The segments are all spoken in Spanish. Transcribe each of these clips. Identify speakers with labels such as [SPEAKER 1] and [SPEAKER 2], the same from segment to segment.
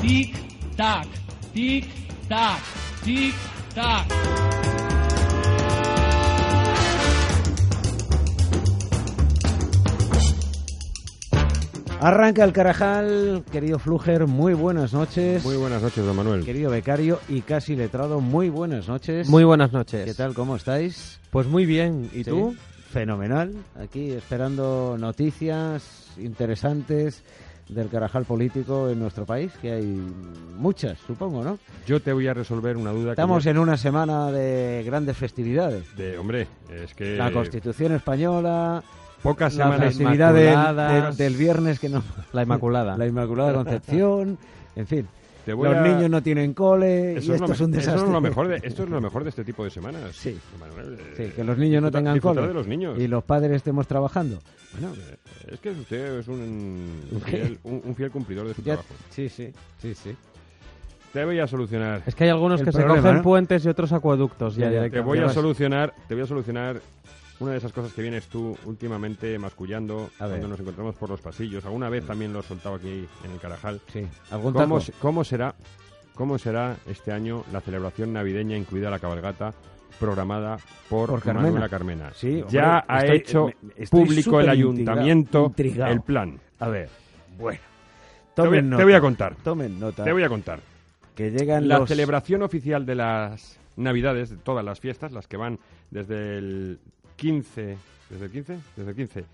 [SPEAKER 1] Tic tac, tic tac, tic tac.
[SPEAKER 2] Arranca el Carajal, querido Fluger, muy buenas noches.
[SPEAKER 3] Muy buenas noches, don Manuel.
[SPEAKER 2] Querido becario y casi letrado, muy buenas noches.
[SPEAKER 4] Muy buenas noches.
[SPEAKER 2] ¿Qué tal? ¿Cómo estáis?
[SPEAKER 4] Pues muy bien. ¿Y
[SPEAKER 2] Sí.
[SPEAKER 4] tú?
[SPEAKER 2] Fenomenal. Aquí esperando noticias interesantes del Carajal político en nuestro país, que hay muchas, supongo, ¿no?
[SPEAKER 3] Yo te voy a resolver una duda. que
[SPEAKER 2] Estamos
[SPEAKER 3] yo-
[SPEAKER 2] en una semana de grandes festividades.
[SPEAKER 3] De, hombre, es que...
[SPEAKER 2] La Constitución Española,
[SPEAKER 3] Pocas
[SPEAKER 2] la
[SPEAKER 3] semanas...
[SPEAKER 2] festividad del-
[SPEAKER 4] Inmaculadas.
[SPEAKER 2] del- del viernes que no...
[SPEAKER 4] La Inmaculada.
[SPEAKER 2] La Inmaculada Concepción, en fin.
[SPEAKER 3] Te voy
[SPEAKER 2] Los
[SPEAKER 3] a-
[SPEAKER 2] niños no tienen cole y
[SPEAKER 3] Eso es
[SPEAKER 2] esto
[SPEAKER 3] lo
[SPEAKER 2] es, un
[SPEAKER 3] me- eso
[SPEAKER 2] desastre.
[SPEAKER 3] es lo mejor de, esto es lo mejor de este tipo de semanas.
[SPEAKER 2] Sí.
[SPEAKER 3] don Manuel, eh,
[SPEAKER 2] Sí, que los niños no
[SPEAKER 3] disfruta-
[SPEAKER 2] tengan
[SPEAKER 3] disfrutar
[SPEAKER 2] cole
[SPEAKER 3] de los niños.
[SPEAKER 2] y los padres estemos trabajando. Bueno,
[SPEAKER 3] Eh, Es que usted es un, un
[SPEAKER 2] ¿Qué?
[SPEAKER 3] fiel, un- un fiel cumplidor de su
[SPEAKER 2] ya,
[SPEAKER 3] trabajo.
[SPEAKER 2] sí, sí, sí, sí.
[SPEAKER 3] Te voy a solucionar...
[SPEAKER 4] Es que hay algunos
[SPEAKER 2] El
[SPEAKER 4] que
[SPEAKER 2] problema,
[SPEAKER 4] se cogen
[SPEAKER 2] ¿no?
[SPEAKER 4] puentes y otros acueductos.
[SPEAKER 2] Ya,
[SPEAKER 4] Ya,
[SPEAKER 2] ya,
[SPEAKER 4] directamente.
[SPEAKER 3] Te voy a
[SPEAKER 2] vas.
[SPEAKER 3] solucionar... Te voy a solucionar... Una de esas cosas que vienes tú últimamente mascullando
[SPEAKER 2] A ver.
[SPEAKER 3] cuando nos encontramos por los pasillos. Alguna vez también lo has soltado aquí en el Carajal.
[SPEAKER 2] sí. ¿Algún
[SPEAKER 3] ¿Cómo,
[SPEAKER 2] taco?
[SPEAKER 3] se- cómo será, ¿Cómo será este año la celebración navideña, incluida la cabalgata, programada por,
[SPEAKER 2] Por Carmena.
[SPEAKER 3] Manuela Carmena?
[SPEAKER 2] Sí, hombre,
[SPEAKER 3] ya ha
[SPEAKER 2] estoy-
[SPEAKER 3] hecho
[SPEAKER 2] me- estoy
[SPEAKER 3] público el
[SPEAKER 2] súper
[SPEAKER 3] ayuntamiento
[SPEAKER 2] intrigado.
[SPEAKER 3] el plan.
[SPEAKER 2] A ver, bueno.
[SPEAKER 3] Te voy, a-
[SPEAKER 2] Tomen nota.
[SPEAKER 3] te voy a contar.
[SPEAKER 2] Tomen nota.
[SPEAKER 3] Te voy a contar.
[SPEAKER 2] Que llegan
[SPEAKER 3] La
[SPEAKER 2] los...
[SPEAKER 3] celebración oficial de las Navidades, de todas las fiestas, las que van desde el 15, desde el 15, desde el 15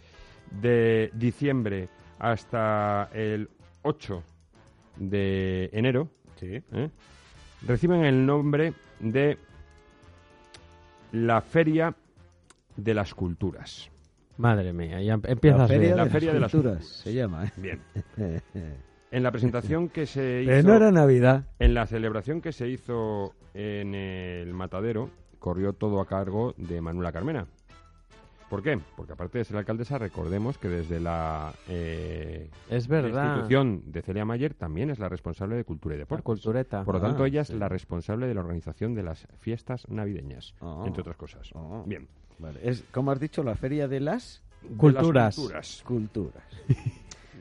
[SPEAKER 3] de diciembre hasta el 8 de enero, ¿eh? reciben el nombre de la Feria de las Culturas.
[SPEAKER 4] Madre mía, ya
[SPEAKER 2] La
[SPEAKER 4] empiezas
[SPEAKER 2] feria,
[SPEAKER 4] bien.
[SPEAKER 2] de,
[SPEAKER 3] La
[SPEAKER 2] las
[SPEAKER 3] Feria de las
[SPEAKER 2] Culturas,
[SPEAKER 3] Culturas.
[SPEAKER 2] se llama. ¿eh?
[SPEAKER 3] Bien, en la presentación que se hizo...
[SPEAKER 2] Pero Eh, no era Navidad.
[SPEAKER 3] En la celebración que se hizo en el matadero, corrió todo a cargo de Manuela Carmena. ¿Por qué? Porque aparte de ser alcaldesa, recordemos que desde la eh,
[SPEAKER 4] Es verdad.
[SPEAKER 3] institución de Celia Mayer también es la responsable de Cultura y
[SPEAKER 4] La
[SPEAKER 3] Deportes.
[SPEAKER 4] cultureta.
[SPEAKER 3] Por lo tanto,
[SPEAKER 2] Ah,
[SPEAKER 3] ella es
[SPEAKER 2] sí.
[SPEAKER 3] la responsable de la organización de las fiestas navideñas,
[SPEAKER 2] Ah.
[SPEAKER 3] entre otras cosas.
[SPEAKER 2] Ah.
[SPEAKER 3] Bien.
[SPEAKER 2] Vale. Es, como has dicho, la feria de las
[SPEAKER 3] De las
[SPEAKER 4] Culturas.
[SPEAKER 3] culturas.
[SPEAKER 2] culturas.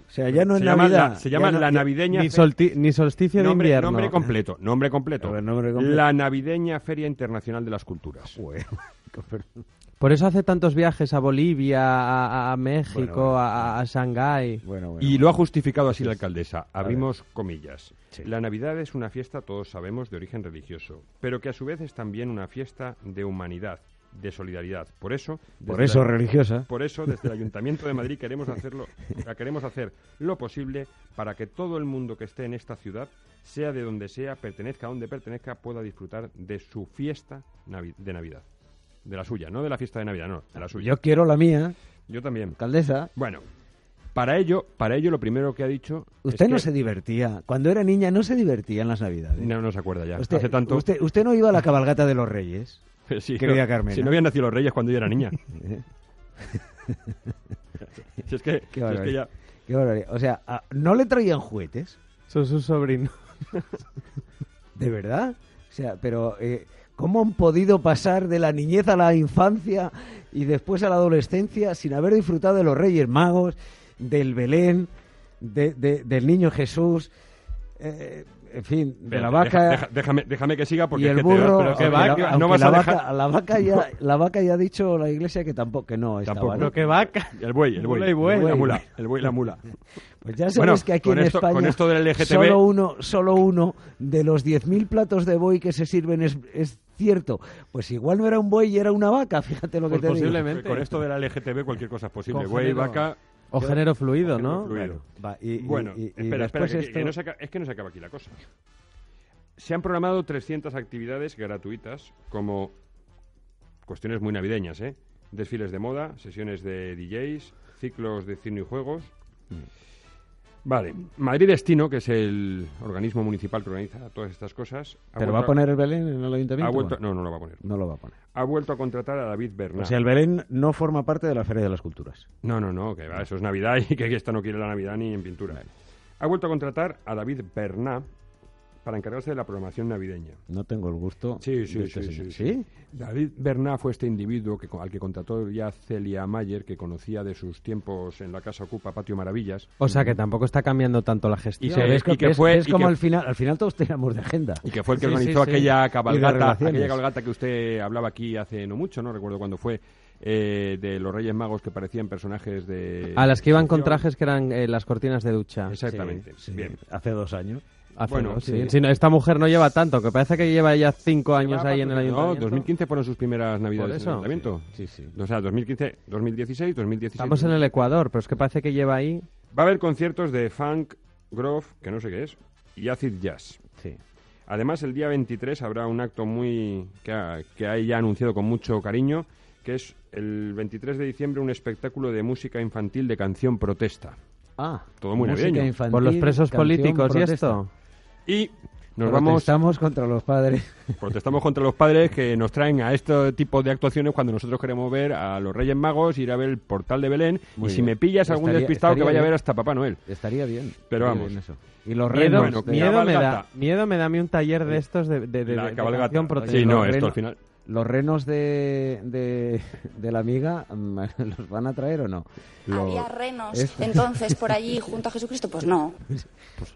[SPEAKER 2] O sea, ya no es
[SPEAKER 3] se llama,
[SPEAKER 2] Navidad.
[SPEAKER 3] la, se
[SPEAKER 2] ya
[SPEAKER 3] llama
[SPEAKER 2] no-
[SPEAKER 3] la
[SPEAKER 2] ya-
[SPEAKER 3] navideña...
[SPEAKER 4] Ni,
[SPEAKER 3] Fe-
[SPEAKER 4] solti- ni solsticio de
[SPEAKER 3] nombre,
[SPEAKER 4] invierno.
[SPEAKER 3] nombre completo, nombre completo.
[SPEAKER 2] A ver, nombre completo.
[SPEAKER 3] La navideña Feria Internacional de las Culturas.
[SPEAKER 2] Bueno, con perdón.
[SPEAKER 4] Por eso hace tantos viajes a Bolivia, a, a- a México,
[SPEAKER 2] Bueno, bueno.
[SPEAKER 4] a, a Shanghái.
[SPEAKER 2] bueno, bueno.
[SPEAKER 3] Y lo ha justificado así la alcaldesa. Abrimos comillas.
[SPEAKER 2] Sí.
[SPEAKER 3] La Navidad es una fiesta, todos sabemos, de origen religioso, pero que a su vez es también una fiesta de humanidad, de solidaridad. Por eso,
[SPEAKER 2] Por
[SPEAKER 3] desde
[SPEAKER 2] eso,
[SPEAKER 3] la-
[SPEAKER 2] religiosa.
[SPEAKER 3] por eso desde el Ayuntamiento de Madrid queremos hacerlo, queremos hacer lo posible para que todo el mundo que esté en esta ciudad, sea de donde sea, pertenezca a donde pertenezca, pueda disfrutar de su fiesta navi- de Navidad. De la suya, no de la fiesta de Navidad, no, de la suya.
[SPEAKER 2] Yo quiero la mía,
[SPEAKER 3] Yo también.
[SPEAKER 2] alcaldesa.
[SPEAKER 3] Bueno, para ello, para ello lo primero que ha dicho. es
[SPEAKER 2] Usted no
[SPEAKER 3] que-
[SPEAKER 2] se divertía. Cuando era niña no se divertía en las Navidades.
[SPEAKER 3] No, no se acuerda ya.
[SPEAKER 2] Usted,
[SPEAKER 3] Hace tanto.
[SPEAKER 2] usted, usted no iba a la cabalgata de los Reyes.
[SPEAKER 3] Sí,
[SPEAKER 2] querida
[SPEAKER 3] no,
[SPEAKER 2] Carmena.
[SPEAKER 3] Si no habían nacido los reyes cuando yo era niña. si es que, si es que ya.
[SPEAKER 2] barbaridad. Qué barbaridad. O sea, a- no le traían juguetes,
[SPEAKER 4] Son sus sobrinos.
[SPEAKER 2] de verdad. O sea, pero eh, ¿cómo han podido pasar de la niñez a la infancia y después a la adolescencia sin haber disfrutado de los Reyes Magos, del Belén, de- de- del Niño Jesús, eh, en fin, de la
[SPEAKER 3] Deja-
[SPEAKER 2] vaca?
[SPEAKER 3] deja- déjame, déjame que siga porque
[SPEAKER 2] y
[SPEAKER 3] es
[SPEAKER 2] el
[SPEAKER 3] que te vas-
[SPEAKER 2] burro,
[SPEAKER 3] pero que
[SPEAKER 2] aunque
[SPEAKER 3] va,
[SPEAKER 2] la-
[SPEAKER 3] que va,
[SPEAKER 2] aunque
[SPEAKER 3] no vas
[SPEAKER 2] la
[SPEAKER 3] a
[SPEAKER 2] vaca,
[SPEAKER 3] dejar.
[SPEAKER 2] la vaca ya, la vaca ya ha dicho la iglesia que tampoco, que no estaba,
[SPEAKER 3] Tampoco.
[SPEAKER 2] ¿no?
[SPEAKER 4] Pero qué vaca.
[SPEAKER 3] El buey, el buey,
[SPEAKER 4] Mula y buey.
[SPEAKER 3] la mula, el buey, la mula.
[SPEAKER 2] Pues ya sabes
[SPEAKER 3] Bueno,
[SPEAKER 2] que aquí
[SPEAKER 3] con
[SPEAKER 2] en
[SPEAKER 3] esto-
[SPEAKER 2] España
[SPEAKER 3] con esto del LGTB
[SPEAKER 2] solo uno, solo uno de los 10.000 platos de buey que se sirven es, es cierto. Pues igual no era un buey y era una vaca, fíjate lo que
[SPEAKER 4] Pues
[SPEAKER 2] te digo.
[SPEAKER 4] posiblemente.
[SPEAKER 3] Con esto de la LGTB cualquier cosa es posible.
[SPEAKER 4] Con
[SPEAKER 3] Buey,
[SPEAKER 4] género-
[SPEAKER 3] vaca.
[SPEAKER 4] O género fluido, ¿no?
[SPEAKER 3] fluido.
[SPEAKER 2] Va, y- y-
[SPEAKER 3] Bueno,
[SPEAKER 2] y- y
[SPEAKER 3] espera, espera,
[SPEAKER 2] después
[SPEAKER 3] que, que
[SPEAKER 2] esto-
[SPEAKER 3] no se aca- es que no se acaba aquí la cosa. Se han programado 300 actividades gratuitas como cuestiones muy navideñas, ¿eh? Desfiles de moda, sesiones de DJs, ciclos de cine y juegos.
[SPEAKER 2] Mm.
[SPEAKER 3] Vale, Madrid Destino, que es el organismo municipal que organiza todas estas cosas, ha
[SPEAKER 2] ¿Pero
[SPEAKER 3] vuelto
[SPEAKER 2] va a poner el Belén en el ayuntamiento?
[SPEAKER 3] ha vuelto- no, no lo va a poner.
[SPEAKER 2] No lo va a poner.
[SPEAKER 3] Ha vuelto a contratar a David Bernal.
[SPEAKER 2] O sea, el Belén no forma parte de la Feria de las Culturas.
[SPEAKER 3] No, no, no, que va, eso es Navidad y que esta no quiere la Navidad ni en pintura. Ha vuelto a contratar a David Berná para encargarse de la programación navideña.
[SPEAKER 2] No tengo el gusto.
[SPEAKER 3] Sí, sí,
[SPEAKER 2] de
[SPEAKER 3] sí,
[SPEAKER 2] este
[SPEAKER 3] sí,
[SPEAKER 2] señor.
[SPEAKER 3] sí. David Berná fue este individuo que, al que contrató ya Celia Mayer, que conocía de sus tiempos en la casa Ocupa Patio Maravillas.
[SPEAKER 4] O sea que tampoco está cambiando tanto la gestión.
[SPEAKER 3] Y
[SPEAKER 2] Ya
[SPEAKER 3] se-
[SPEAKER 2] ves
[SPEAKER 3] y que
[SPEAKER 2] ves-
[SPEAKER 3] fue-
[SPEAKER 2] ves
[SPEAKER 3] y
[SPEAKER 2] como
[SPEAKER 3] que-
[SPEAKER 2] al final, al final todos teníamos de agenda.
[SPEAKER 3] Y que fue el que
[SPEAKER 4] Sí,
[SPEAKER 3] organizó
[SPEAKER 4] sí, sí.
[SPEAKER 3] aquella
[SPEAKER 2] Y de
[SPEAKER 3] cabalgata,
[SPEAKER 2] relaciones.
[SPEAKER 3] aquella cabalgata que usted hablaba aquí hace no mucho, no recuerdo cuándo fue, eh, de los Reyes Magos que parecían personajes de...
[SPEAKER 4] A las que iban con
[SPEAKER 3] ficción.
[SPEAKER 4] trajes que eran eh, las cortinas de ducha.
[SPEAKER 3] Exactamente.
[SPEAKER 2] Sí,
[SPEAKER 3] Bien.
[SPEAKER 2] Hace dos años.
[SPEAKER 4] Hace
[SPEAKER 3] Bueno,
[SPEAKER 4] dos,
[SPEAKER 3] sí.
[SPEAKER 4] sí. Si no, esta mujer no lleva tanto, que parece que lleva ya cinco años
[SPEAKER 3] Llevaba
[SPEAKER 4] ahí en el
[SPEAKER 3] patrulla-
[SPEAKER 4] ayuntamiento.
[SPEAKER 3] Ah, No, 2015 fueron sus primeras navidades
[SPEAKER 4] Por
[SPEAKER 3] en el
[SPEAKER 4] eso.
[SPEAKER 3] ayuntamiento.
[SPEAKER 2] Sí, sí.
[SPEAKER 3] O sea, 2015, 2016, 2017...
[SPEAKER 4] Estamos en el Ecuador, pero es que parece que lleva ahí...
[SPEAKER 3] Va a haber conciertos de funk, groove, que no sé qué es, y acid jazz.
[SPEAKER 2] sí.
[SPEAKER 3] Además, el día 23 habrá un acto muy que ha, que ha ya anunciado con mucho cariño, que es el 23 de diciembre un espectáculo de música infantil de canción protesta.
[SPEAKER 2] Ah,
[SPEAKER 3] Todo muy
[SPEAKER 2] música
[SPEAKER 3] navideño.
[SPEAKER 2] infantil,
[SPEAKER 4] Por los presos
[SPEAKER 2] canción,
[SPEAKER 4] políticos y
[SPEAKER 2] protesta.
[SPEAKER 4] esto.
[SPEAKER 3] Y nos vamos,
[SPEAKER 2] Protestamos contra los padres.
[SPEAKER 3] protestamos contra los padres que nos traen a este tipo de actuaciones cuando nosotros queremos ver a los Reyes Magos, ir a ver el portal de Belén,
[SPEAKER 2] Muy
[SPEAKER 3] y si
[SPEAKER 2] bien.
[SPEAKER 3] me pillas algún
[SPEAKER 2] Estaría-
[SPEAKER 3] despistado que
[SPEAKER 2] estaría
[SPEAKER 3] vaya a
[SPEAKER 2] bien.
[SPEAKER 3] ver hasta Papá Noel.
[SPEAKER 2] Estaría bien.
[SPEAKER 3] Pero
[SPEAKER 2] estaría
[SPEAKER 3] vamos.
[SPEAKER 2] bien eso. Y los
[SPEAKER 4] Miedo,
[SPEAKER 2] renos.
[SPEAKER 3] Bueno,
[SPEAKER 2] de-
[SPEAKER 4] miedo me da,
[SPEAKER 3] cabalgata.
[SPEAKER 4] miedo me da a mí un taller de estos de, de, de,
[SPEAKER 3] la
[SPEAKER 4] de
[SPEAKER 3] cabalgata.
[SPEAKER 4] canción protesta.
[SPEAKER 3] Sí,
[SPEAKER 2] Los
[SPEAKER 3] no, esto
[SPEAKER 2] renos.
[SPEAKER 3] al final.
[SPEAKER 2] ¿Los renos de, de, de la amiga mm, los van a traer o no?
[SPEAKER 5] ¿Había renos
[SPEAKER 2] Esto.
[SPEAKER 5] entonces por allí junto a Jesucristo? Pues no.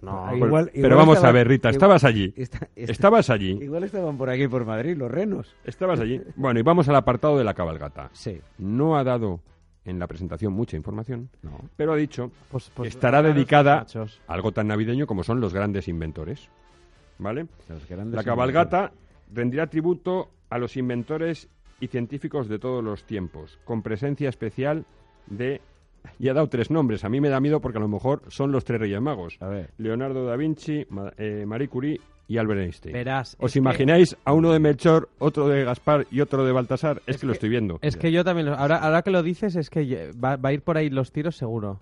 [SPEAKER 4] No,
[SPEAKER 2] Ah,
[SPEAKER 3] Pero-
[SPEAKER 2] igual-
[SPEAKER 3] pero
[SPEAKER 2] igual
[SPEAKER 3] vamos
[SPEAKER 2] estaba-
[SPEAKER 3] a ver, Rita,
[SPEAKER 2] igual- este-
[SPEAKER 3] estabas allí.
[SPEAKER 2] Esta- esta-
[SPEAKER 3] Estabas allí.
[SPEAKER 2] Igual estaban por aquí, por Madrid, los renos.
[SPEAKER 3] Estabas allí. Bueno, y vamos al apartado de la cabalgata.
[SPEAKER 2] Sí.
[SPEAKER 3] No ha dado en la presentación mucha información,
[SPEAKER 2] No.
[SPEAKER 3] pero ha dicho
[SPEAKER 4] Pues- pues
[SPEAKER 3] que estará
[SPEAKER 4] raros
[SPEAKER 3] dedicada
[SPEAKER 4] muchachos.
[SPEAKER 3] a algo tan navideño como son los grandes inventores. ¿Vale?
[SPEAKER 2] Los grandes
[SPEAKER 3] La cabalgata rendirá tributo a los inventores y científicos de todos los tiempos, con presencia especial de... Y ha dado tres nombres. A mí me da miedo porque a lo mejor son los tres Reyes Magos.
[SPEAKER 2] A ver.
[SPEAKER 3] Leonardo da Vinci, Ma- eh, Marie Curie y Albert Einstein.
[SPEAKER 4] Verás, es
[SPEAKER 3] ¿Os
[SPEAKER 4] que-
[SPEAKER 3] imagináis a uno de Melchor, otro de Gaspar y otro de Baltasar? Es, que, lo estoy viendo.
[SPEAKER 4] Es que yo también, lo- ahora, ahora que lo dices, es que ye- va, va a ir por ahí los tiros seguro.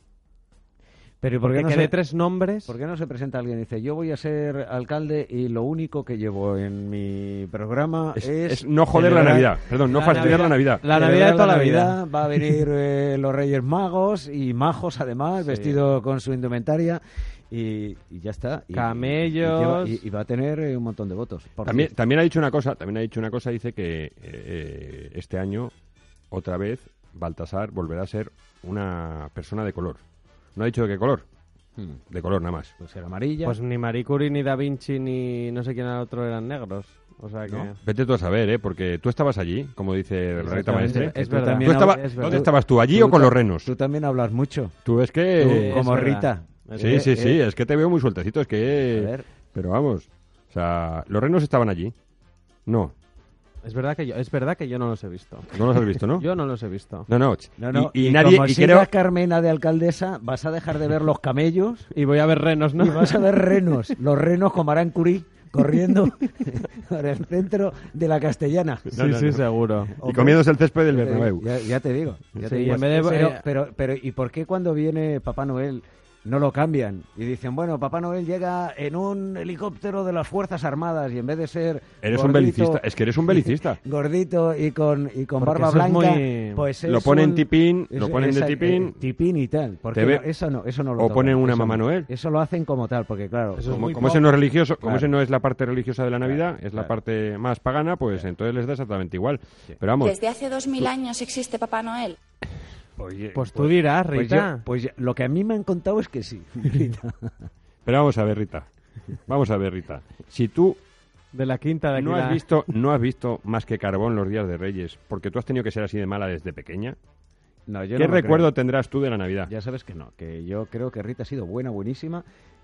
[SPEAKER 2] Pero ¿y ¿por qué,
[SPEAKER 4] Que
[SPEAKER 2] no
[SPEAKER 4] quede
[SPEAKER 2] se,
[SPEAKER 4] tres nombres.
[SPEAKER 2] por qué no se presenta alguien y dice, yo voy a ser alcalde y lo único que llevo en mi programa es...
[SPEAKER 3] Es- es no joder la
[SPEAKER 2] celebrar-
[SPEAKER 3] Navidad. Perdón, no
[SPEAKER 4] La
[SPEAKER 3] fastidiar la Navidad.
[SPEAKER 4] La
[SPEAKER 2] celebrar
[SPEAKER 4] Navidad de toda la vida.
[SPEAKER 2] Navidad, Va a venir eh, los Reyes Magos y majos además, vestidos con su indumentaria y, y ya está. Y-
[SPEAKER 4] Camellos.
[SPEAKER 2] Y, lleva- y- y va a tener eh, un montón de votos. por
[SPEAKER 3] También,
[SPEAKER 2] cierto.
[SPEAKER 3] también ha dicho una cosa, también ha dicho una cosa, dice que eh, eh, este año, otra vez, Baltasar volverá a ser una persona de color. No ha dicho de qué color,
[SPEAKER 2] Hmm.
[SPEAKER 3] de color nada más.
[SPEAKER 2] Pues el amarilla.
[SPEAKER 4] Pues ni Marie Curie, ni Da Vinci, ni no sé quién al otro eran negros. O sea que...
[SPEAKER 2] No.
[SPEAKER 3] Vete tú a saber, ¿eh? porque tú estabas allí, como dice Rita Maestre.
[SPEAKER 4] Es
[SPEAKER 2] Tú
[SPEAKER 4] verdad.
[SPEAKER 2] también
[SPEAKER 3] Tú estaba-
[SPEAKER 2] hablas-
[SPEAKER 3] ¿Dónde
[SPEAKER 4] Tú-
[SPEAKER 3] estabas tú, allí
[SPEAKER 2] tú
[SPEAKER 3] o con
[SPEAKER 2] ta-
[SPEAKER 3] los renos?
[SPEAKER 2] Tú también hablas mucho.
[SPEAKER 3] Tú ves que...
[SPEAKER 2] Tú,
[SPEAKER 4] Eh,
[SPEAKER 2] como
[SPEAKER 4] es verdad.
[SPEAKER 2] Rita.
[SPEAKER 3] Sí, sí,
[SPEAKER 2] Eh,
[SPEAKER 3] sí,
[SPEAKER 2] eh.
[SPEAKER 3] es que te veo muy sueltecito, es que...
[SPEAKER 2] A ver.
[SPEAKER 3] Pero vamos, o sea, ¿los renos estaban allí? No,
[SPEAKER 4] Es verdad que yo, es verdad que yo no los he visto.
[SPEAKER 3] no los has visto, ¿no?
[SPEAKER 4] Yo no los he visto.
[SPEAKER 3] No, no,
[SPEAKER 2] No, no,
[SPEAKER 3] y, y nadie...
[SPEAKER 2] como
[SPEAKER 3] y
[SPEAKER 2] sigas,
[SPEAKER 3] creo-
[SPEAKER 2] Carmena de alcaldesa, vas a dejar de ver los camellos
[SPEAKER 4] Y voy a ver renos, ¿no?
[SPEAKER 2] y vas a ver renos. Los renos como Aran Curí corriendo por el centro de la castellana.
[SPEAKER 4] Sí,
[SPEAKER 3] No, no,
[SPEAKER 4] sí,
[SPEAKER 3] no.
[SPEAKER 4] seguro.
[SPEAKER 3] Y
[SPEAKER 2] Hombre,
[SPEAKER 3] comiéndose el césped del
[SPEAKER 2] eh,
[SPEAKER 3] Bernabéu.
[SPEAKER 2] Ya, ya te digo. ya te
[SPEAKER 4] Sí,
[SPEAKER 2] digo.
[SPEAKER 4] en vez de-
[SPEAKER 2] pero,
[SPEAKER 4] eh,
[SPEAKER 2] pero, pero, ¿y por qué cuando viene Papá Noel no lo cambian? Y dicen, bueno, Papá Noel llega en un helicóptero de las Fuerzas Armadas y en vez de ser.
[SPEAKER 3] Eres un
[SPEAKER 2] gordito-
[SPEAKER 3] belicista, es que eres un belicista.
[SPEAKER 2] Gordito y con, y con
[SPEAKER 4] Porque
[SPEAKER 2] barba
[SPEAKER 4] eso es
[SPEAKER 2] blanca.
[SPEAKER 4] muy-
[SPEAKER 2] Pues
[SPEAKER 3] Lo
[SPEAKER 2] es
[SPEAKER 3] ponen
[SPEAKER 2] un-
[SPEAKER 3] tipín, lo ponen de
[SPEAKER 2] eh,
[SPEAKER 3] tipín.
[SPEAKER 2] tipín y tal. ¿Por
[SPEAKER 3] Te
[SPEAKER 2] qué
[SPEAKER 3] ve-
[SPEAKER 2] no? eso no, eso no lo
[SPEAKER 3] o
[SPEAKER 2] tocan,
[SPEAKER 3] ponen una
[SPEAKER 2] eso
[SPEAKER 3] Mamá
[SPEAKER 2] no.
[SPEAKER 3] Noel.
[SPEAKER 2] Eso lo hacen como tal, porque claro.
[SPEAKER 4] Eso es
[SPEAKER 3] Como,
[SPEAKER 4] muy
[SPEAKER 3] como ese no es religioso, como
[SPEAKER 2] Claro.
[SPEAKER 3] ese no es la parte religiosa de la Navidad, es la
[SPEAKER 2] claro.
[SPEAKER 3] parte más pagana, pues entonces les da exactamente igual. Pero vamos,
[SPEAKER 5] Desde hace dos mil años existe Papá Noel.
[SPEAKER 4] Pues tú dirás,
[SPEAKER 2] Pues,
[SPEAKER 4] Rita.
[SPEAKER 2] yo- pues yo- lo que a mí me han contado es que sí. Rita.
[SPEAKER 3] pero vamos a ver, Rita. Vamos a ver, Rita. Si tú
[SPEAKER 4] De la quinta de aquí.
[SPEAKER 3] no
[SPEAKER 4] la-
[SPEAKER 3] has visto no has visto más que carbón los días de Reyes, porque tú has tenido que ser así de mala desde pequeña,
[SPEAKER 2] No, yo
[SPEAKER 3] ¿qué
[SPEAKER 2] no lo
[SPEAKER 3] recuerdo
[SPEAKER 2] creo.
[SPEAKER 3] tendrás tú de la Navidad?
[SPEAKER 2] Ya sabes que no, que yo creo que Rita ha sido buena, buenísima.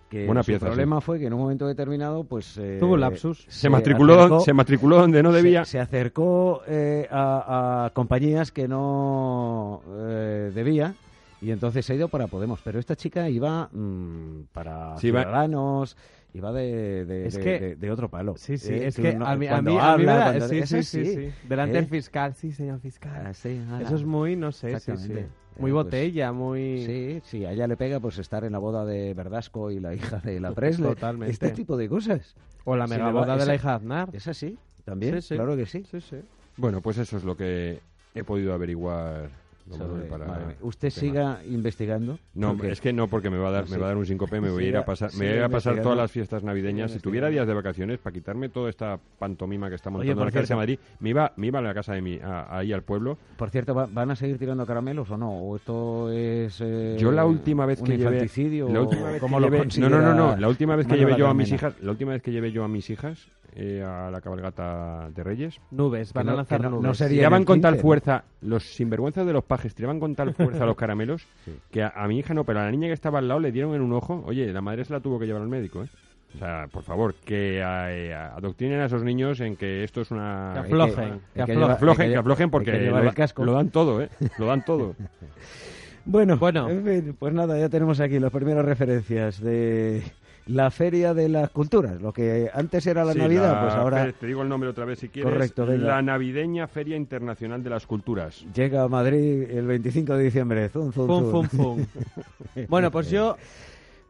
[SPEAKER 2] Que
[SPEAKER 3] Buena
[SPEAKER 2] su
[SPEAKER 3] pieza,
[SPEAKER 2] problema fue que en un momento determinado, pues. eh,
[SPEAKER 4] Tuvo lapsus.
[SPEAKER 3] se, matriculó,
[SPEAKER 2] acercó-
[SPEAKER 3] se matriculó donde no debía.
[SPEAKER 2] eh, Se, se acercó eh, a, a compañías que no eh, debía y entonces se ha ido para Podemos. Pero esta chica iba mm, para
[SPEAKER 3] Sí, iba-
[SPEAKER 2] Ciudadanos, iba de, de-
[SPEAKER 4] Es
[SPEAKER 2] de-
[SPEAKER 4] que-
[SPEAKER 2] de- de otro palo.
[SPEAKER 4] Sí, sí,
[SPEAKER 2] Eh,
[SPEAKER 4] es
[SPEAKER 2] tú
[SPEAKER 4] que
[SPEAKER 2] no-
[SPEAKER 4] a mí, a
[SPEAKER 2] cuando
[SPEAKER 4] mí, a mí
[SPEAKER 2] habla,
[SPEAKER 4] me da-
[SPEAKER 2] cuando-
[SPEAKER 4] sí,
[SPEAKER 2] es
[SPEAKER 4] sí,
[SPEAKER 2] así.
[SPEAKER 4] sí, sí. Delante
[SPEAKER 2] Eh,
[SPEAKER 4] del fiscal, sí, señor fiscal.
[SPEAKER 2] ah, sí, ah,
[SPEAKER 4] Eso es muy, no sé, sí, sí.
[SPEAKER 2] Exactamente.
[SPEAKER 4] Muy
[SPEAKER 2] Eh, pues,
[SPEAKER 4] botella, muy...
[SPEAKER 2] Sí, sí, a ella le pega pues estar en la boda de Verdasco y la hija de la Presley.
[SPEAKER 4] Totalmente.
[SPEAKER 2] Este tipo de cosas.
[SPEAKER 4] O la
[SPEAKER 2] Sí, le va-
[SPEAKER 4] megaboda de
[SPEAKER 2] esa-
[SPEAKER 4] la hija de Aznar.
[SPEAKER 2] ¿Es así? También,
[SPEAKER 4] Sí, sí.
[SPEAKER 2] claro que sí.
[SPEAKER 4] Sí, sí.
[SPEAKER 3] Bueno, pues eso es lo que he podido averiguar Don
[SPEAKER 2] sobre-
[SPEAKER 3] Manuel, para-
[SPEAKER 2] madre mía. Usted
[SPEAKER 3] temas.
[SPEAKER 2] siga investigando.
[SPEAKER 3] No,
[SPEAKER 2] porque-
[SPEAKER 3] es que no, porque me va a dar, me va a dar un síncope, me voy a ir
[SPEAKER 2] Siga-
[SPEAKER 3] a pasar, me
[SPEAKER 2] siga
[SPEAKER 3] voy a pasar
[SPEAKER 2] investigando.
[SPEAKER 3] todas las fiestas navideñas. Si
[SPEAKER 2] Siga
[SPEAKER 3] tuviera
[SPEAKER 2] investigando.
[SPEAKER 3] días de vacaciones para quitarme toda esta pantomima que está
[SPEAKER 2] Oye,
[SPEAKER 3] montando en
[SPEAKER 2] por
[SPEAKER 3] la casa de
[SPEAKER 2] cierto-
[SPEAKER 3] Madrid, me iba, me iba a la casa de mi, a- ahí al pueblo.
[SPEAKER 2] Por cierto, ¿va- ¿van a seguir tirando caramelos o no? ¿O esto es eh,
[SPEAKER 3] Yo la última vez
[SPEAKER 2] un
[SPEAKER 3] que llevé,
[SPEAKER 2] infanticidio?
[SPEAKER 3] la
[SPEAKER 2] o
[SPEAKER 3] última vez
[SPEAKER 2] cómo
[SPEAKER 3] que
[SPEAKER 2] lo
[SPEAKER 3] llevé- no, no, no, no,
[SPEAKER 2] considera
[SPEAKER 3] la última vez que
[SPEAKER 2] Manuela
[SPEAKER 3] llevé yo a mis
[SPEAKER 2] Carmena?
[SPEAKER 3] hijas, la última vez que llevé yo a mis hijas eh, a la cabalgata de Reyes,
[SPEAKER 4] Nubes, van
[SPEAKER 2] Que no-
[SPEAKER 4] a lanzar
[SPEAKER 2] que no- no
[SPEAKER 4] nubes.
[SPEAKER 2] sería- Y en
[SPEAKER 3] tiraban
[SPEAKER 2] el
[SPEAKER 3] con tal
[SPEAKER 2] 15, ¿no?
[SPEAKER 3] fuerza, los sinvergüenzas de los pajes tiraban con tal fuerza los caramelos que a, a mi hija no, pero a la niña que estaba al lado le dieron en un ojo. Oye, la madre se la tuvo que llevar al médico, ¿eh? O sea, por favor, que eh, adoctrinen a esos niños en que esto es una. eh,
[SPEAKER 4] Que aflojen,
[SPEAKER 2] que
[SPEAKER 4] que
[SPEAKER 3] Que
[SPEAKER 2] lleva-
[SPEAKER 4] aflojen.
[SPEAKER 3] aflojen,
[SPEAKER 2] hay que
[SPEAKER 3] que aflojen porque
[SPEAKER 2] hay que llevar
[SPEAKER 3] lo,
[SPEAKER 2] el casco.
[SPEAKER 3] lo dan todo, ¿eh? Lo dan todo.
[SPEAKER 2] Bueno,
[SPEAKER 4] Bueno.
[SPEAKER 2] en fin, pues nada, ya tenemos aquí las primeras referencias de la Feria de las Culturas. Lo que antes era la
[SPEAKER 3] Sí,
[SPEAKER 2] Navidad,
[SPEAKER 3] la-
[SPEAKER 2] pues ahora
[SPEAKER 3] Te digo el nombre otra vez si quieres.
[SPEAKER 2] Correcto, venga.
[SPEAKER 3] La navideña Feria Internacional de las Culturas.
[SPEAKER 2] llega a Madrid el 25 de diciembre. Zum, zum,
[SPEAKER 4] Fum,
[SPEAKER 2] zum.
[SPEAKER 4] fum, fum. bueno, pues yo...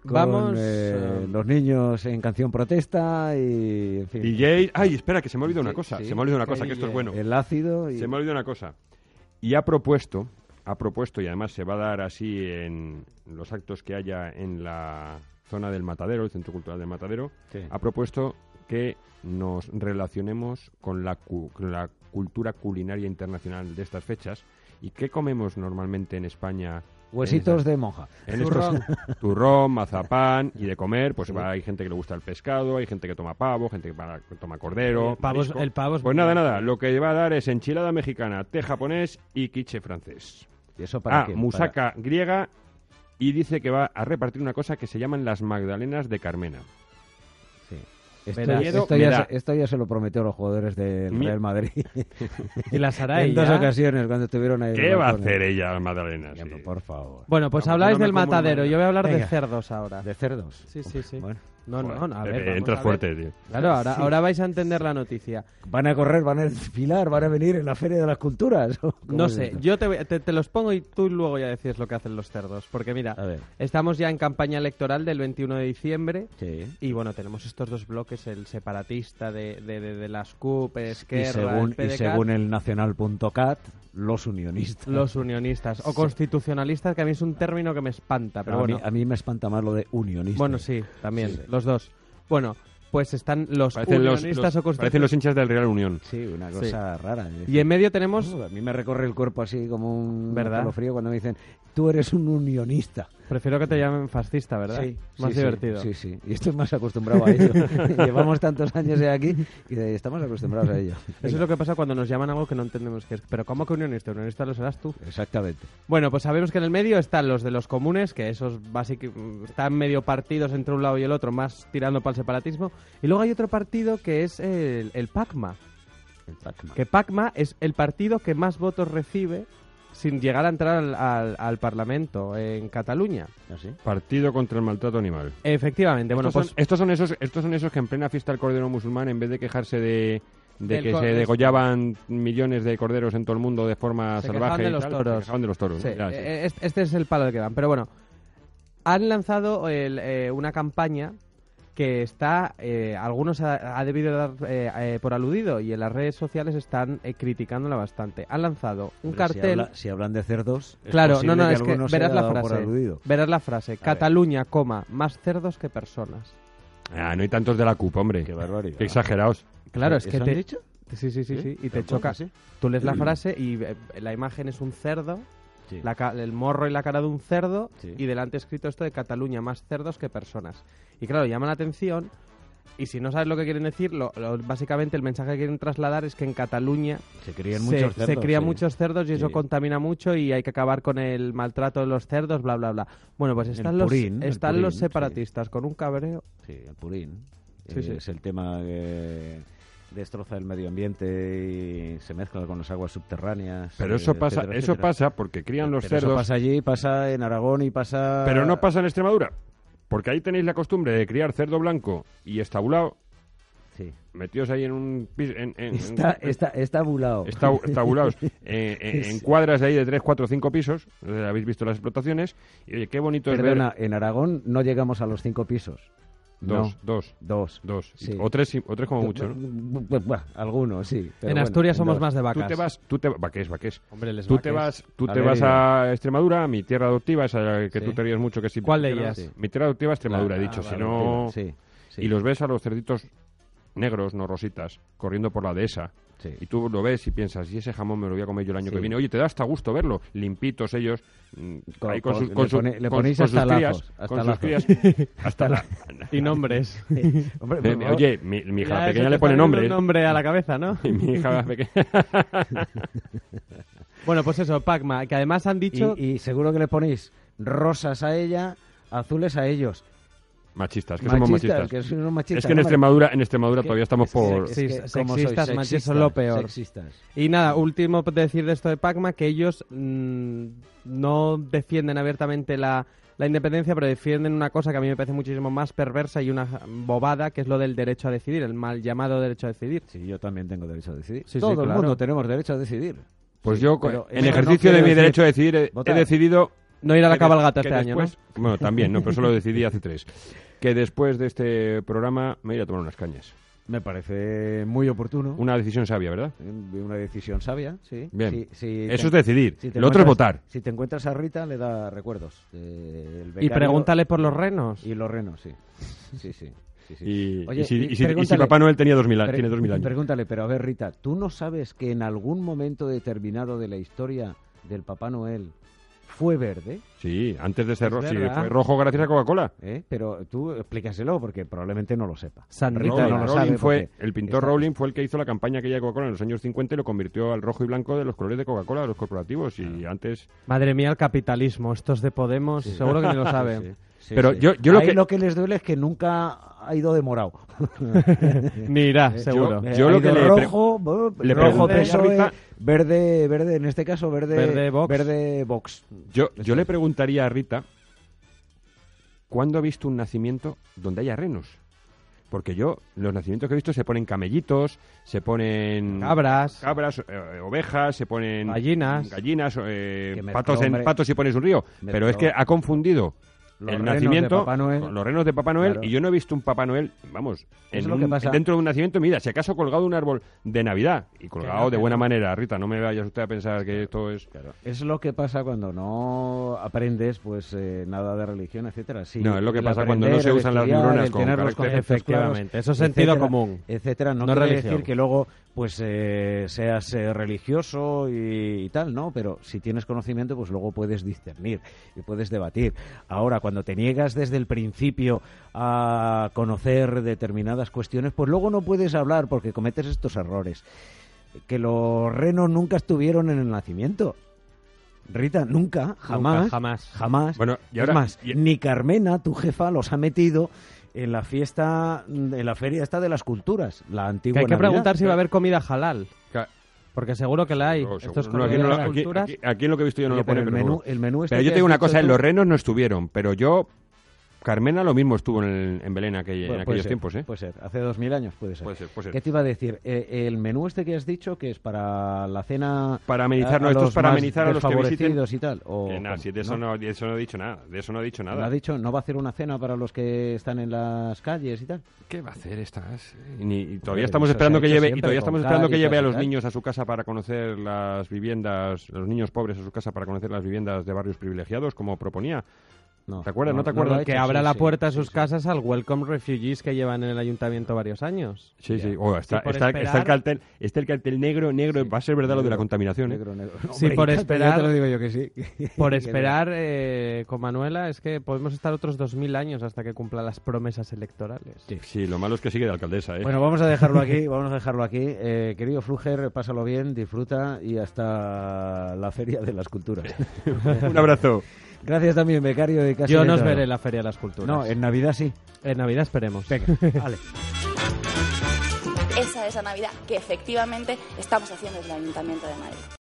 [SPEAKER 2] Con,
[SPEAKER 4] Vamos...
[SPEAKER 2] eh,
[SPEAKER 4] eh,
[SPEAKER 2] los niños en canción protesta y, en fin,
[SPEAKER 3] DJ. Ay, espera, que se me ha olvidado una
[SPEAKER 2] Sí,
[SPEAKER 3] cosa.
[SPEAKER 2] sí.
[SPEAKER 3] Se me ha olvidado una cosa,
[SPEAKER 4] Sí,
[SPEAKER 3] que esto es
[SPEAKER 4] eh,
[SPEAKER 3] bueno.
[SPEAKER 2] el ácido. Y,
[SPEAKER 3] Se me ha olvidado una cosa. Y ha propuesto, ha propuesto, y además se va a dar así en los actos que haya en la zona del Matadero, el Centro Cultural del Matadero,
[SPEAKER 2] Sí.
[SPEAKER 3] ha propuesto que nos relacionemos con la, cu- con la cultura culinaria internacional de estas fechas. ¿Y qué comemos normalmente en España? en
[SPEAKER 2] Huesitos
[SPEAKER 3] esas-
[SPEAKER 2] de monja.
[SPEAKER 3] en estos- turrón, mazapán y de comer, pues va, hay gente que le gusta el pescado, hay gente que toma pavo, gente que pa- toma cordero.
[SPEAKER 4] El pavo es-
[SPEAKER 3] marisco.
[SPEAKER 4] el pavo es
[SPEAKER 3] Pues
[SPEAKER 4] muy
[SPEAKER 3] nada,
[SPEAKER 4] bueno.
[SPEAKER 3] nada, lo que va a dar es enchilada mexicana, té japonés y quiche francés.
[SPEAKER 2] ¿Y eso para
[SPEAKER 3] ah,
[SPEAKER 2] qué? Para-
[SPEAKER 3] musaca griega y dice que va a repartir una cosa que se llaman las magdalenas de Carmena.
[SPEAKER 2] sí. Esto,
[SPEAKER 4] Me da
[SPEAKER 3] miedo,
[SPEAKER 2] esto
[SPEAKER 3] me
[SPEAKER 2] ya
[SPEAKER 3] da.
[SPEAKER 2] se, esto ya se lo prometió a los jugadores del
[SPEAKER 3] Mi-
[SPEAKER 2] Real Madrid
[SPEAKER 4] y las hará
[SPEAKER 2] en dos
[SPEAKER 4] ella.
[SPEAKER 2] ocasiones cuando estuvieron ahí. en
[SPEAKER 3] ¿Qué
[SPEAKER 2] los
[SPEAKER 3] va a
[SPEAKER 2] balcones.
[SPEAKER 3] hacer ella las magdalenas?
[SPEAKER 2] Ya,
[SPEAKER 3] Sí.
[SPEAKER 2] pero Por favor.
[SPEAKER 4] Bueno, pues
[SPEAKER 3] Vamos,
[SPEAKER 4] habláis
[SPEAKER 3] yo no me
[SPEAKER 4] del
[SPEAKER 3] como una
[SPEAKER 4] matadero. Yo voy a hablar de
[SPEAKER 2] Venga.
[SPEAKER 4] cerdos ahora.
[SPEAKER 2] ¿De cerdos?
[SPEAKER 4] Sí, sí, sí.
[SPEAKER 2] Bueno, Eh,
[SPEAKER 4] No,
[SPEAKER 3] Joder,
[SPEAKER 4] no, no, a ver.
[SPEAKER 3] Pepe,
[SPEAKER 4] vamos
[SPEAKER 3] entras
[SPEAKER 4] a ver.
[SPEAKER 3] fuerte, tío.
[SPEAKER 4] Claro, ahora, ahora vais a entender la noticia.
[SPEAKER 2] ¿Van a correr, van a desfilar, van a venir en la Feria de las Culturas? ¿O cómo
[SPEAKER 4] No
[SPEAKER 2] es
[SPEAKER 4] sé,
[SPEAKER 2] esto?
[SPEAKER 4] yo te, voy- te- te los pongo y tú luego ya decides lo que hacen los cerdos. Porque mira,
[SPEAKER 2] A ver.
[SPEAKER 4] estamos ya en campaña electoral del 21 de diciembre.
[SPEAKER 2] Sí.
[SPEAKER 4] Y bueno, tenemos estos dos bloques, el separatista de, de, de- de las CUP,
[SPEAKER 2] Y
[SPEAKER 4] Esquerra,
[SPEAKER 2] según,
[SPEAKER 4] el
[SPEAKER 2] y
[SPEAKER 4] PDeCAT,
[SPEAKER 2] según el nacional.cat, los unionistas.
[SPEAKER 4] los unionistas. O constitucionalistas, que a mí es un término que me espanta, pero
[SPEAKER 2] a,
[SPEAKER 4] bueno.
[SPEAKER 2] mí, a mí me espanta más lo de unionistas.
[SPEAKER 4] Bueno, sí, también, los dos. Bueno, pues están los
[SPEAKER 3] Parecen los,
[SPEAKER 4] unionistas
[SPEAKER 3] los-
[SPEAKER 4] o constitu-
[SPEAKER 3] parecen los hinchas del Real Unión.
[SPEAKER 2] Sí, una cosa rara. es
[SPEAKER 4] Y en medio tenemos...
[SPEAKER 2] decir, A mí me recorre el cuerpo así como un
[SPEAKER 4] ¿Verdad?
[SPEAKER 2] frío cuando me dicen, tú eres un unionista.
[SPEAKER 4] Prefiero que te llamen fascista, ¿verdad? Más
[SPEAKER 2] sí,
[SPEAKER 4] divertido.
[SPEAKER 2] Sí, sí. Y estoy más acostumbrado a ello. Llevamos tantos años ya aquí y estamos acostumbrados a ello.
[SPEAKER 4] Eso es lo que pasa cuando nos llaman algo que no entendemos qué es. Pero ¿cómo que unionista? Unionista lo serás tú.
[SPEAKER 2] Exactamente.
[SPEAKER 4] Bueno, pues sabemos que en el medio están los de los comunes, que esos básicamente están medio partidos entre un lado y el otro, más tirando para el separatismo. Y luego hay otro partido que es el, el PACMA. Que PACMA es el partido que más votos recibe sin llegar a entrar al, al- al Parlamento en Cataluña.
[SPEAKER 3] Partido contra el maltrato animal.
[SPEAKER 4] Efectivamente, bueno,
[SPEAKER 3] estos,
[SPEAKER 4] pues
[SPEAKER 3] son, estos son esos estos son esos que en plena fiesta del cordero musulmán en vez de quejarse de, de
[SPEAKER 4] Del
[SPEAKER 3] que
[SPEAKER 4] cor-
[SPEAKER 3] se degollaban millones de corderos en todo el mundo de forma
[SPEAKER 4] Se quejaban
[SPEAKER 3] salvaje
[SPEAKER 4] de
[SPEAKER 3] y
[SPEAKER 4] los
[SPEAKER 3] tal,
[SPEAKER 4] toros.
[SPEAKER 3] se quejaban de los toros
[SPEAKER 4] Sí,
[SPEAKER 3] ya, sí.
[SPEAKER 4] eh, este- Este es el palo al que van. Pero bueno, han lanzado el, eh, una campaña que está, eh, algunos ha, ha debido dar eh, eh, por aludido y en las redes sociales están eh, criticándola bastante. Han lanzado
[SPEAKER 2] Hombre,
[SPEAKER 4] un
[SPEAKER 2] Si,
[SPEAKER 4] cartel.
[SPEAKER 2] habla- si hablan de cerdos, es
[SPEAKER 4] claro,
[SPEAKER 2] posible
[SPEAKER 4] no, no,
[SPEAKER 2] que
[SPEAKER 4] es que
[SPEAKER 2] alguno se
[SPEAKER 4] verás
[SPEAKER 2] haya
[SPEAKER 4] la
[SPEAKER 2] dado por
[SPEAKER 4] frase.
[SPEAKER 2] aludido.
[SPEAKER 4] Verás la frase.
[SPEAKER 2] ver.
[SPEAKER 4] Cataluña, coma, más cerdos que personas.
[SPEAKER 3] Ah, no hay tantos de la CUP, hombre
[SPEAKER 2] Qué barbaridad.
[SPEAKER 3] Qué exagerados
[SPEAKER 4] Claro, es
[SPEAKER 2] ¿Eso
[SPEAKER 4] que
[SPEAKER 2] han
[SPEAKER 4] te.
[SPEAKER 2] dicho?
[SPEAKER 4] Sí, sí, sí, sí. Y te
[SPEAKER 2] Tampoco,
[SPEAKER 4] choca.
[SPEAKER 2] sí.
[SPEAKER 4] Tú lees la frase y eh, la imagen es un cerdo
[SPEAKER 2] Sí.
[SPEAKER 4] la ca- el morro y la cara de un cerdo
[SPEAKER 2] Sí.
[SPEAKER 4] y delante escrito esto de Cataluña, más cerdos que personas. Y claro, llama la atención y si no sabes lo que quieren decir, lo- lo- básicamente el mensaje que quieren trasladar es que en Cataluña
[SPEAKER 2] Se crían
[SPEAKER 4] se,
[SPEAKER 2] muchos
[SPEAKER 4] se
[SPEAKER 2] cerdos.
[SPEAKER 4] crían
[SPEAKER 2] sí.
[SPEAKER 4] muchos cerdos y eso
[SPEAKER 2] Sí.
[SPEAKER 4] contamina mucho y hay que acabar con el maltrato de los cerdos, bla, bla, bla. Bueno, pues están,
[SPEAKER 2] El
[SPEAKER 4] los,
[SPEAKER 2] purín, el
[SPEAKER 4] están
[SPEAKER 2] purín,
[SPEAKER 4] los
[SPEAKER 2] sí.
[SPEAKER 4] separatistas con un cabreo.
[SPEAKER 2] Sí, el purín.
[SPEAKER 4] Sí,
[SPEAKER 2] Eh,
[SPEAKER 4] sí.
[SPEAKER 2] Es el tema que destroza el medio ambiente y se mezcla con las aguas subterráneas.
[SPEAKER 3] pero
[SPEAKER 2] eh,
[SPEAKER 3] eso pasa
[SPEAKER 2] etcétera,
[SPEAKER 3] eso
[SPEAKER 2] etcétera.
[SPEAKER 3] pasa porque crían los
[SPEAKER 2] Pero
[SPEAKER 3] cerdos
[SPEAKER 2] Eso pasa allí, pasa en Aragón y pasa.
[SPEAKER 3] pero no pasa en Extremadura porque ahí tenéis la costumbre de criar cerdo blanco y estabulado
[SPEAKER 2] Sí.
[SPEAKER 3] metidos ahí en un pis- en- en- en-
[SPEAKER 2] Está, está, está abulado.
[SPEAKER 3] Está, estabulados eh, en, en cuadras de ahí de 3, 4, 5 pisos. No sé si Habéis visto las explotaciones. Y oye, qué bonito es ver.
[SPEAKER 2] Perdona, en Aragón no llegamos a los cinco pisos.
[SPEAKER 3] Dos,
[SPEAKER 2] No.
[SPEAKER 3] dos.
[SPEAKER 2] Dos.
[SPEAKER 3] Dos. Y-
[SPEAKER 2] Sí.
[SPEAKER 3] O, tres, y- o tres
[SPEAKER 2] Eh,
[SPEAKER 3] como mucho, ¿no?
[SPEAKER 2] ¿no? Algunos, sí. pero
[SPEAKER 4] en
[SPEAKER 2] bueno,
[SPEAKER 4] Asturias somos
[SPEAKER 2] dos.
[SPEAKER 4] más de
[SPEAKER 3] Tú
[SPEAKER 4] vacas.
[SPEAKER 3] te vas, tú te vaques, vaques.
[SPEAKER 4] Hombre, les
[SPEAKER 3] Tú te
[SPEAKER 4] vaques.
[SPEAKER 3] vas, tú
[SPEAKER 2] A
[SPEAKER 3] te
[SPEAKER 2] ver,
[SPEAKER 3] vas a Extremadura, a mi tierra adoptiva, esa que
[SPEAKER 4] Sí.
[SPEAKER 3] tú te ríes mucho que si
[SPEAKER 4] ¿Cuál de ellas? Sí.
[SPEAKER 3] Mi tierra adoptiva, Extremadura,
[SPEAKER 2] Ah,
[SPEAKER 3] he dicho,
[SPEAKER 2] vale,
[SPEAKER 3] si no
[SPEAKER 2] sí, sí,
[SPEAKER 3] y los ves a los cerditos negros, no rositas, corriendo por la dehesa.
[SPEAKER 2] sí.
[SPEAKER 3] Y tú lo ves y piensas, y ese jamón me lo voy a comer yo el año
[SPEAKER 2] Sí.
[SPEAKER 3] que viene. Oye, te da hasta gusto verlo, limpitos ellos, mm,
[SPEAKER 2] Co-
[SPEAKER 3] ahí con
[SPEAKER 2] co-
[SPEAKER 3] sus
[SPEAKER 2] le
[SPEAKER 3] con su-
[SPEAKER 2] pone- le
[SPEAKER 3] con-
[SPEAKER 2] ponéis
[SPEAKER 3] con
[SPEAKER 2] hasta
[SPEAKER 3] sus crías,
[SPEAKER 2] lazos, hasta
[SPEAKER 3] con sus
[SPEAKER 2] lazos.
[SPEAKER 3] crías. hasta la-
[SPEAKER 4] Y nombres.
[SPEAKER 2] Hombre,
[SPEAKER 3] Me-
[SPEAKER 2] por
[SPEAKER 3] me-
[SPEAKER 2] favor.
[SPEAKER 3] Oye, mi, mi hija
[SPEAKER 4] Ya, eso
[SPEAKER 3] pequeña
[SPEAKER 4] te
[SPEAKER 3] le pone
[SPEAKER 4] está viniendo
[SPEAKER 3] nombre.
[SPEAKER 4] Un nombre a la cabeza, ¿no?
[SPEAKER 3] Y mi hija pequeña.
[SPEAKER 4] bueno, pues eso, Pacma, que además han dicho...
[SPEAKER 2] Y, y seguro que le ponéis rosas a ella, azules a ellos.
[SPEAKER 3] Machistas, que somos
[SPEAKER 2] Machistas,
[SPEAKER 3] machistas.
[SPEAKER 2] que son unos machistas.
[SPEAKER 3] Es que en
[SPEAKER 2] ¿no?
[SPEAKER 3] Extremadura, en Extremadura todavía estamos por...
[SPEAKER 2] Es
[SPEAKER 4] Sí,
[SPEAKER 2] que, ¿cómo sois?
[SPEAKER 4] sexistas, machistas, son lo peor.
[SPEAKER 2] Sexistas.
[SPEAKER 4] Y nada, último por decir de esto de Pacma, que ellos mm, no defienden abiertamente la, la independencia, pero defienden una cosa que a mí me parece muchísimo más perversa y una bobada, que es lo del derecho a decidir, el mal llamado derecho a decidir.
[SPEAKER 2] Sí, yo también tengo derecho a decidir.
[SPEAKER 4] Sí, sí,
[SPEAKER 2] Todo el
[SPEAKER 4] claro.
[SPEAKER 2] mundo tenemos derecho a decidir.
[SPEAKER 3] Pues yo,
[SPEAKER 2] pero
[SPEAKER 3] en
[SPEAKER 2] eso no
[SPEAKER 3] ejercicio
[SPEAKER 2] quiere
[SPEAKER 3] de mi
[SPEAKER 2] decir
[SPEAKER 3] derecho a decidir, he- he,
[SPEAKER 2] votar.
[SPEAKER 3] decidido...
[SPEAKER 4] No ir a la cabalgata
[SPEAKER 3] que
[SPEAKER 4] este año,
[SPEAKER 3] después- Bueno, también, no, pero eso lo decidí hace tres. Que después de este programa me iré a tomar unas cañas.
[SPEAKER 2] Me parece muy oportuno.
[SPEAKER 3] Una decisión sabia, ¿verdad?
[SPEAKER 2] Una decisión sabia, sí.
[SPEAKER 3] Bien.
[SPEAKER 2] Sí, sí,
[SPEAKER 3] Eso
[SPEAKER 2] te-
[SPEAKER 3] es decidir.
[SPEAKER 2] si te
[SPEAKER 3] lo otro es
[SPEAKER 2] encuentras-
[SPEAKER 3] votar.
[SPEAKER 2] Si te encuentras a Rita, le da recuerdos. Eh, el
[SPEAKER 4] ¿no? Y
[SPEAKER 2] becario-
[SPEAKER 4] pregúntale por los renos.
[SPEAKER 2] Y los renos, sí. Sí, sí. sí, sí.
[SPEAKER 3] Y,
[SPEAKER 2] Oye,
[SPEAKER 3] y si, y si- y si
[SPEAKER 2] pregúntale-
[SPEAKER 3] Papá Noel tenía dos mil, a-
[SPEAKER 2] Pre-
[SPEAKER 3] tiene dos mil años.
[SPEAKER 2] Pregúntale, pero a ver, Rita, ¿tú no sabes que en algún momento determinado de la historia del Papá Noel fue verde?
[SPEAKER 3] sí, antes de ser
[SPEAKER 2] Es
[SPEAKER 3] rojo. Sí,
[SPEAKER 2] verdad.
[SPEAKER 3] fue rojo gracias a Coca-Cola.
[SPEAKER 2] ¿Eh? Pero tú explícaselo porque probablemente no lo sepa.
[SPEAKER 4] San
[SPEAKER 2] Rita
[SPEAKER 3] Rowling-
[SPEAKER 2] no lo
[SPEAKER 3] Rowling
[SPEAKER 2] sabe.
[SPEAKER 3] fue,
[SPEAKER 2] porque
[SPEAKER 3] el pintor
[SPEAKER 2] está-
[SPEAKER 3] Rowling fue el que hizo la campaña aquella de Coca-Cola en los años 50 y lo convirtió al rojo y blanco de los colores de Coca-Cola, de los corporativos. Y antes.
[SPEAKER 4] Madre mía, el capitalismo, estos de Podemos, seguro que ni lo saben.
[SPEAKER 2] Sí,
[SPEAKER 3] Pero
[SPEAKER 2] sí.
[SPEAKER 3] yo- yo lo
[SPEAKER 2] Ahí
[SPEAKER 3] que-
[SPEAKER 2] les duele es que nunca ha ido de morado.
[SPEAKER 4] Ni irá, seguro.
[SPEAKER 3] Yo
[SPEAKER 2] Eh,
[SPEAKER 3] lo
[SPEAKER 2] ha ido
[SPEAKER 3] que le pre-
[SPEAKER 2] rojo, bo-
[SPEAKER 3] le
[SPEAKER 2] rojo
[SPEAKER 3] pregunté a
[SPEAKER 2] PSOE,
[SPEAKER 3] Rita-
[SPEAKER 2] verde, verde, en este caso verde,
[SPEAKER 4] Verde Vox.
[SPEAKER 2] verde Vox.
[SPEAKER 3] Yo, yo le preguntaría a Rita: ¿cuándo ha visto un nacimiento donde haya renos? Porque yo, los nacimientos que he visto se ponen camellitos, se ponen.
[SPEAKER 4] Cabras.
[SPEAKER 3] cabras, eh, ovejas, se ponen
[SPEAKER 4] Gallinas.
[SPEAKER 3] gallinas, eh,
[SPEAKER 2] Que mezcló,
[SPEAKER 3] patos, en,
[SPEAKER 2] hombre.
[SPEAKER 3] patos y pones un río.
[SPEAKER 2] Mezcló.
[SPEAKER 3] Pero es que ha confundido
[SPEAKER 2] Los
[SPEAKER 3] el
[SPEAKER 2] renos de
[SPEAKER 3] nacimiento
[SPEAKER 2] Papá Noel.
[SPEAKER 3] con los renos de Papá Noel
[SPEAKER 2] Claro.
[SPEAKER 3] y yo no he visto un Papá Noel, vamos,
[SPEAKER 2] Es
[SPEAKER 3] en
[SPEAKER 2] lo
[SPEAKER 3] un-
[SPEAKER 2] que pasa.
[SPEAKER 3] dentro de un nacimiento, mira, si acaso colgado de un árbol de Navidad y colgado
[SPEAKER 2] no,
[SPEAKER 3] de
[SPEAKER 2] que
[SPEAKER 3] buena
[SPEAKER 2] no.
[SPEAKER 3] manera, Rita, no me vayas usted a pensar que esto es...
[SPEAKER 2] Es lo que pasa cuando no aprendes pues eh, nada de religión, etcétera. Sí,
[SPEAKER 3] No, es lo que
[SPEAKER 2] el
[SPEAKER 3] pasa cuando no
[SPEAKER 2] aprender,
[SPEAKER 3] se
[SPEAKER 2] el
[SPEAKER 3] usan las
[SPEAKER 2] estudiar,
[SPEAKER 3] neuronas
[SPEAKER 2] el
[SPEAKER 3] con
[SPEAKER 2] tener los
[SPEAKER 3] carácter.
[SPEAKER 2] conceptos claros,
[SPEAKER 4] Efectivamente, eso es sentido
[SPEAKER 2] etcétera,
[SPEAKER 4] común.
[SPEAKER 2] Etcétera, no,
[SPEAKER 4] No
[SPEAKER 2] quiere
[SPEAKER 4] religión.
[SPEAKER 2] decir que luego pues eh, seas eh, religioso y, y tal, ¿no? Pero si tienes conocimiento, pues luego puedes discernir y puedes debatir. Ahora, cuando te niegas desde el principio a conocer determinadas cuestiones, pues luego no puedes hablar porque cometes estos errores. Que los renos nunca estuvieron en el nacimiento. Rita, nunca, jamás,
[SPEAKER 4] jamás.
[SPEAKER 2] jamás.
[SPEAKER 3] Bueno, y
[SPEAKER 2] Es
[SPEAKER 3] ahora-
[SPEAKER 2] más,
[SPEAKER 3] y-
[SPEAKER 2] ni Carmena, tu jefa, los ha metido en la fiesta, en la feria esta de las culturas, la
[SPEAKER 4] Que
[SPEAKER 2] antigua.
[SPEAKER 4] hay que
[SPEAKER 2] Navidad.
[SPEAKER 4] preguntar si va a haber comida halal,
[SPEAKER 3] Ca-
[SPEAKER 4] porque seguro que la hay.
[SPEAKER 3] no,
[SPEAKER 4] Esto es
[SPEAKER 3] seguro. No, aquí,
[SPEAKER 4] comida
[SPEAKER 3] no
[SPEAKER 4] de
[SPEAKER 3] lo-
[SPEAKER 4] las
[SPEAKER 3] aquí-
[SPEAKER 4] culturas.
[SPEAKER 3] aquí- aquí en lo que he visto yo no
[SPEAKER 2] Oye,
[SPEAKER 3] lo pone,
[SPEAKER 2] pero el
[SPEAKER 3] pero
[SPEAKER 2] menú,
[SPEAKER 3] seguro.
[SPEAKER 2] el menú este
[SPEAKER 3] Pero yo
[SPEAKER 2] que
[SPEAKER 3] te digo
[SPEAKER 2] has
[SPEAKER 3] una cosa,
[SPEAKER 2] dicho tú-
[SPEAKER 3] los renos no estuvieron, pero yo... Carmena lo mismo estuvo en, el- en Belén aquella-
[SPEAKER 2] Bueno,
[SPEAKER 3] en
[SPEAKER 2] puede
[SPEAKER 3] aquellos
[SPEAKER 2] ser,
[SPEAKER 3] tiempos, ¿eh?
[SPEAKER 2] Puede ser, hace dos mil años puede ser.
[SPEAKER 3] Puede ser, puede ser.
[SPEAKER 2] ¿Qué te iba a decir? Eh, el menú este que has dicho, que es para la cena...
[SPEAKER 3] Para amenizar,
[SPEAKER 2] a- a
[SPEAKER 3] no, esto es
[SPEAKER 2] los
[SPEAKER 3] para
[SPEAKER 2] más
[SPEAKER 3] amenizar a los que visiten.
[SPEAKER 2] desfavorecidos y tal. O,
[SPEAKER 3] Eh, nada,
[SPEAKER 2] ¿cómo?
[SPEAKER 3] si de, eso ¿no? de eso no he dicho nada, de eso no he dicho
[SPEAKER 2] ¿No
[SPEAKER 3] nada.
[SPEAKER 2] ha dicho, no va a hacer una cena para los que están en las calles y tal.
[SPEAKER 3] ¿Qué va a hacer estas? Y, ni- y todavía
[SPEAKER 2] pero
[SPEAKER 3] estamos
[SPEAKER 2] eso se
[SPEAKER 3] esperando
[SPEAKER 2] ha
[SPEAKER 3] que
[SPEAKER 2] hecho
[SPEAKER 3] lleve y
[SPEAKER 2] siempre,
[SPEAKER 3] todavía
[SPEAKER 2] con
[SPEAKER 3] estamos esperando que
[SPEAKER 2] Cáritas
[SPEAKER 3] lleve a
[SPEAKER 2] y
[SPEAKER 3] los
[SPEAKER 2] tal.
[SPEAKER 3] niños a su casa para conocer las viviendas, los niños pobres a su casa para conocer las viviendas de barrios privilegiados como proponía.
[SPEAKER 2] No,
[SPEAKER 3] ¿Te acuerdas? ¿No
[SPEAKER 2] lo
[SPEAKER 3] te acuerdas?
[SPEAKER 2] ha
[SPEAKER 4] que
[SPEAKER 2] hecho,
[SPEAKER 4] abra
[SPEAKER 2] sí,
[SPEAKER 4] la
[SPEAKER 2] sí.
[SPEAKER 4] puerta a sus casas al Welcome Refugees que llevan en el ayuntamiento varios años.
[SPEAKER 3] Sí,
[SPEAKER 2] Ya.
[SPEAKER 3] sí. Oh, está,
[SPEAKER 4] Sí, por
[SPEAKER 3] está- está el
[SPEAKER 4] esperar.
[SPEAKER 3] cartel, está el cartel negro, negro, va a ser verdad lo de la contaminación. ¿eh?
[SPEAKER 2] Negro, negro.
[SPEAKER 4] Sí, por
[SPEAKER 2] ya te-
[SPEAKER 4] esperar-
[SPEAKER 2] ya te lo digo yo que sí.
[SPEAKER 4] Por esperar eh, con Manuela es que podemos estar otros 2.000 años hasta que cumpla las promesas electorales.
[SPEAKER 2] Sí.
[SPEAKER 3] Sí, lo malo es que sigue de alcaldesa, ¿eh?
[SPEAKER 2] Bueno, vamos a dejarlo aquí, vamos a dejarlo aquí. Eh, querido Fluger, pásalo bien, disfruta y hasta la Feria de las Culturas.
[SPEAKER 3] Un abrazo.
[SPEAKER 2] Gracias también, becario de Casa
[SPEAKER 4] Yo no os
[SPEAKER 2] nos
[SPEAKER 4] veré en la Feria de las Culturas.
[SPEAKER 2] No, en Navidad sí.
[SPEAKER 4] En Navidad esperemos.
[SPEAKER 2] Vale.
[SPEAKER 5] Esa es la Navidad que efectivamente estamos haciendo desde el Ayuntamiento de Madrid.